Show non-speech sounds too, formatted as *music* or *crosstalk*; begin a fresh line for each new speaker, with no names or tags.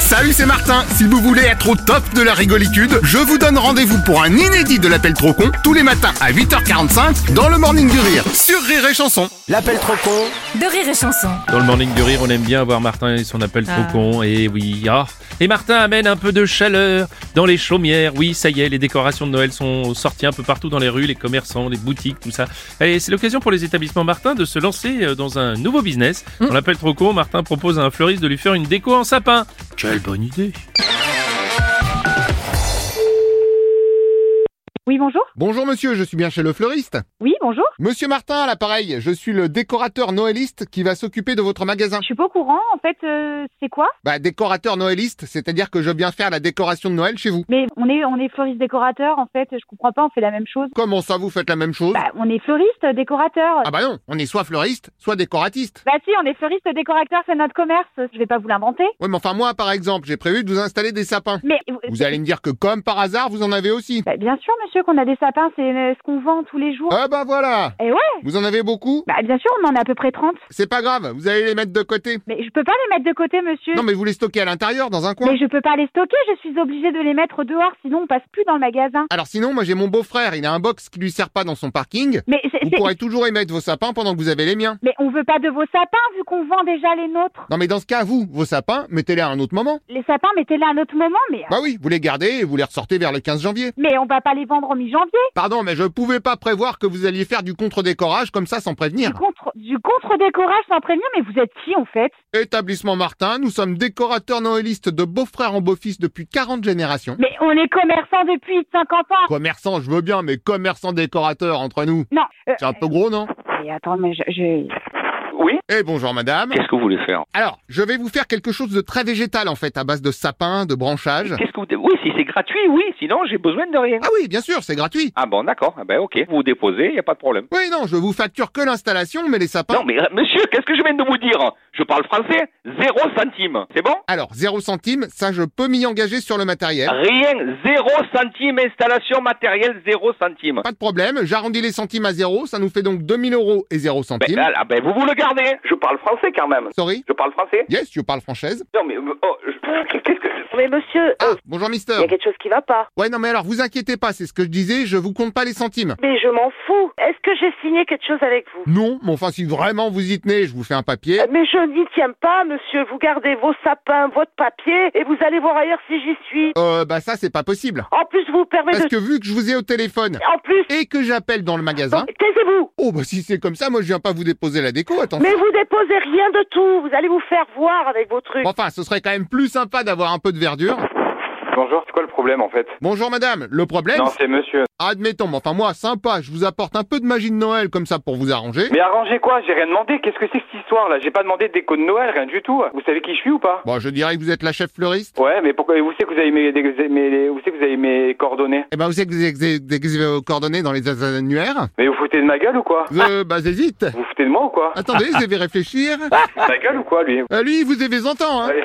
Salut, c'est Martin. Si vous voulez être au top de la rigolitude, je vous donne rendez-vous pour un inédit de l'appel trop con tous les matins à 8h45 dans le Morning du Rire sur Rire et Chanson.
L'appel trop con
de rire et chanson.
Dans le morning du rire, on aime bien voir Martin et son appel trop
Ah.
con. Et oui, ah. Et Martin amène un peu de chaleur dans les chaumières. Oui, ça y est, les décorations de Noël sont sorties un peu partout dans les rues, les commerçants, les boutiques, tout ça. Et c'est l'occasion pour les établissements Martin de se lancer euh, dans un nouveau business. Dans l'appel trop con, Martin propose à un fleuriste de lui faire une déco en sapin. Quelle bonne idée
Oui, bonjour.
Bonjour monsieur, je suis bien chez le fleuriste.
Oui, bonjour.
Monsieur Martin à l'appareil, je suis le décorateur noëliste qui va s'occuper de votre magasin.
Je suis pas au courant, en fait, euh, c'est quoi
Bah décorateur noëliste, c'est-à-dire que je viens faire la décoration de Noël chez vous.
Mais on est, on est fleuriste décorateur, en fait, je comprends pas, on fait la même chose.
Comment ça vous faites la même chose
Bah, on est fleuriste décorateur.
Ah bah non, on est soit fleuriste, soit décoratiste.
Bah si, on est fleuriste décorateur, c'est notre commerce, je vais pas vous l'inventer.
Ouais mais enfin moi par exemple, j'ai prévu de vous installer des sapins.
Mais
Vous allez me dire que comme par hasard, vous en avez aussi.
Bah, bien sûr, monsieur, qu'on a des sapins, c'est euh, ce qu'on vend tous les jours.
Ah bah voilà
Eh ouais.
Vous en avez beaucoup
Bah bien sûr, on en a à peu près 30.
C'est pas grave, vous allez les mettre de côté.
Mais je peux pas les mettre de côté, monsieur.
Non mais vous les stockez à l'intérieur, dans un coin.
Mais je peux pas les stocker, je suis obligée de les mettre dehors, sinon on passe plus dans le magasin.
Alors sinon, moi j'ai mon beau-frère, il a un box qui lui sert pas dans son parking.
Mais c'est, *laughs*
Vous
c'est-
pourrez toujours y mettre vos sapins pendant que vous avez les miens.
mais on veut pas de vos sapins vu qu'on vend déjà les nôtres.
Non mais dans ce cas, vous, vos sapins, mettez-les à un autre moment.
Les sapins, mettez-les à un autre moment, mais
Bah oui, vous les gardez et vous les ressortez vers le 15 janvier.
Mais on va pas les vendre en mi-janvier.
Pardon, mais je pouvais pas prévoir que vous alliez faire du contre-décorage comme ça sans
Du
prévenir.
contre, du contre-décorage sans prévenir, mais vous êtes qui en fait
Établissement Martin, nous sommes décorateurs noëlistes de beau-frère en beau-fils depuis 40 générations.
Mais on est commerçant depuis 50 ans.
Commerçant, je veux bien, mais commerçant décorateur entre nous.
Non. euh,
C'est un peu gros, non
mais attends, mais je, je-
Eh bonjour madame.
Qu'est-ce que vous voulez faire
Alors, je vais vous faire quelque chose de très végétal en fait, à base de sapins, de branchages.
Qu'est-ce que vous... Oui, si c'est gratuit, oui. Sinon, j'ai besoin de rien.
Ah oui, bien sûr, c'est gratuit.
Ah bon, d'accord. Ah ben, ok. Vous déposez, il n'y a pas de problème.
Oui, non, je vous facture que l'installation, mais les sapins...
Non, mais euh, monsieur, qu'est-ce que je viens de vous dire Je parle français. Zéro centime. C'est bon
Alors, zéro centime, ça je peux m'y engager sur le matériel.
Rien. Zéro centime. Installation matérielle, zéro centime.
Pas de problème, j'arrondis les centimes à zéro, ça nous fait donc 2000 euros et zéro
Ben,
centime.
ah, ah, ben, vous vous le gardez. Je parle français quand même.
Sorry
Je parle français.
Yes, you parle française.
Non, mais... euh, oh, je- Qu'est-ce que...
Mais monsieur,
Ah, bonjour mister.
il y a quelque chose qui va pas.
Ouais, non mais alors, vous inquiétez pas, c'est ce que je disais, je vous compte pas les centimes.
Mais je m'en fous. Est-ce que j'ai signé quelque chose avec vous
Non, mais enfin, si vraiment vous y tenez, je vous fais un papier.
Euh, Mais je n'y tiens pas, monsieur. Vous gardez vos sapins, votre papier, et vous allez voir ailleurs si j'y suis.
Euh, bah ça, c'est pas possible.
En plus, vous permettez
Parce
de...
que vu que je vous ai au téléphone
En plus...
et que j'appelle dans le magasin...
Donc, Taisez-vous
Oh bah si c'est comme ça, moi je viens pas vous déposer la déco, attends.
Mais vous déposez rien de tout. Vous allez vous faire voir avec vos trucs.
Enfin, ce serait quand même plus sympa d'avoir un peu de verdure.
Bonjour, c'est quoi le problème en fait
Bonjour madame, le problème
Non, c'est monsieur.
Admettons, mais enfin moi, sympa, je vous apporte un peu de magie de Noël comme ça pour vous arranger.
Mais arrangez quoi J'ai rien demandé. Qu'est-ce que c'est que cette histoire là J'ai pas demandé de déco de Noël, rien du tout. Vous savez qui je suis ou pas
Bon, je dirais que vous êtes la chef fleuriste.
Ouais, mais pourquoi Vous savez que vous avez mes, des- mes- vous savez que vous avez mes coordonnées
Eh ben, vous savez que vous avez- vous avez vous avez vos euh, coordonnées dans les annuaires
Mais vous foutez de ma gueule ou quoi
Euh, bah j'hésite.
Vous foutez de moi ou quoi
Attendez, je vais réfléchir.
Ma gueule ou quoi lui
Euh, lui, il vous avez 20 ans, hein.
Allez.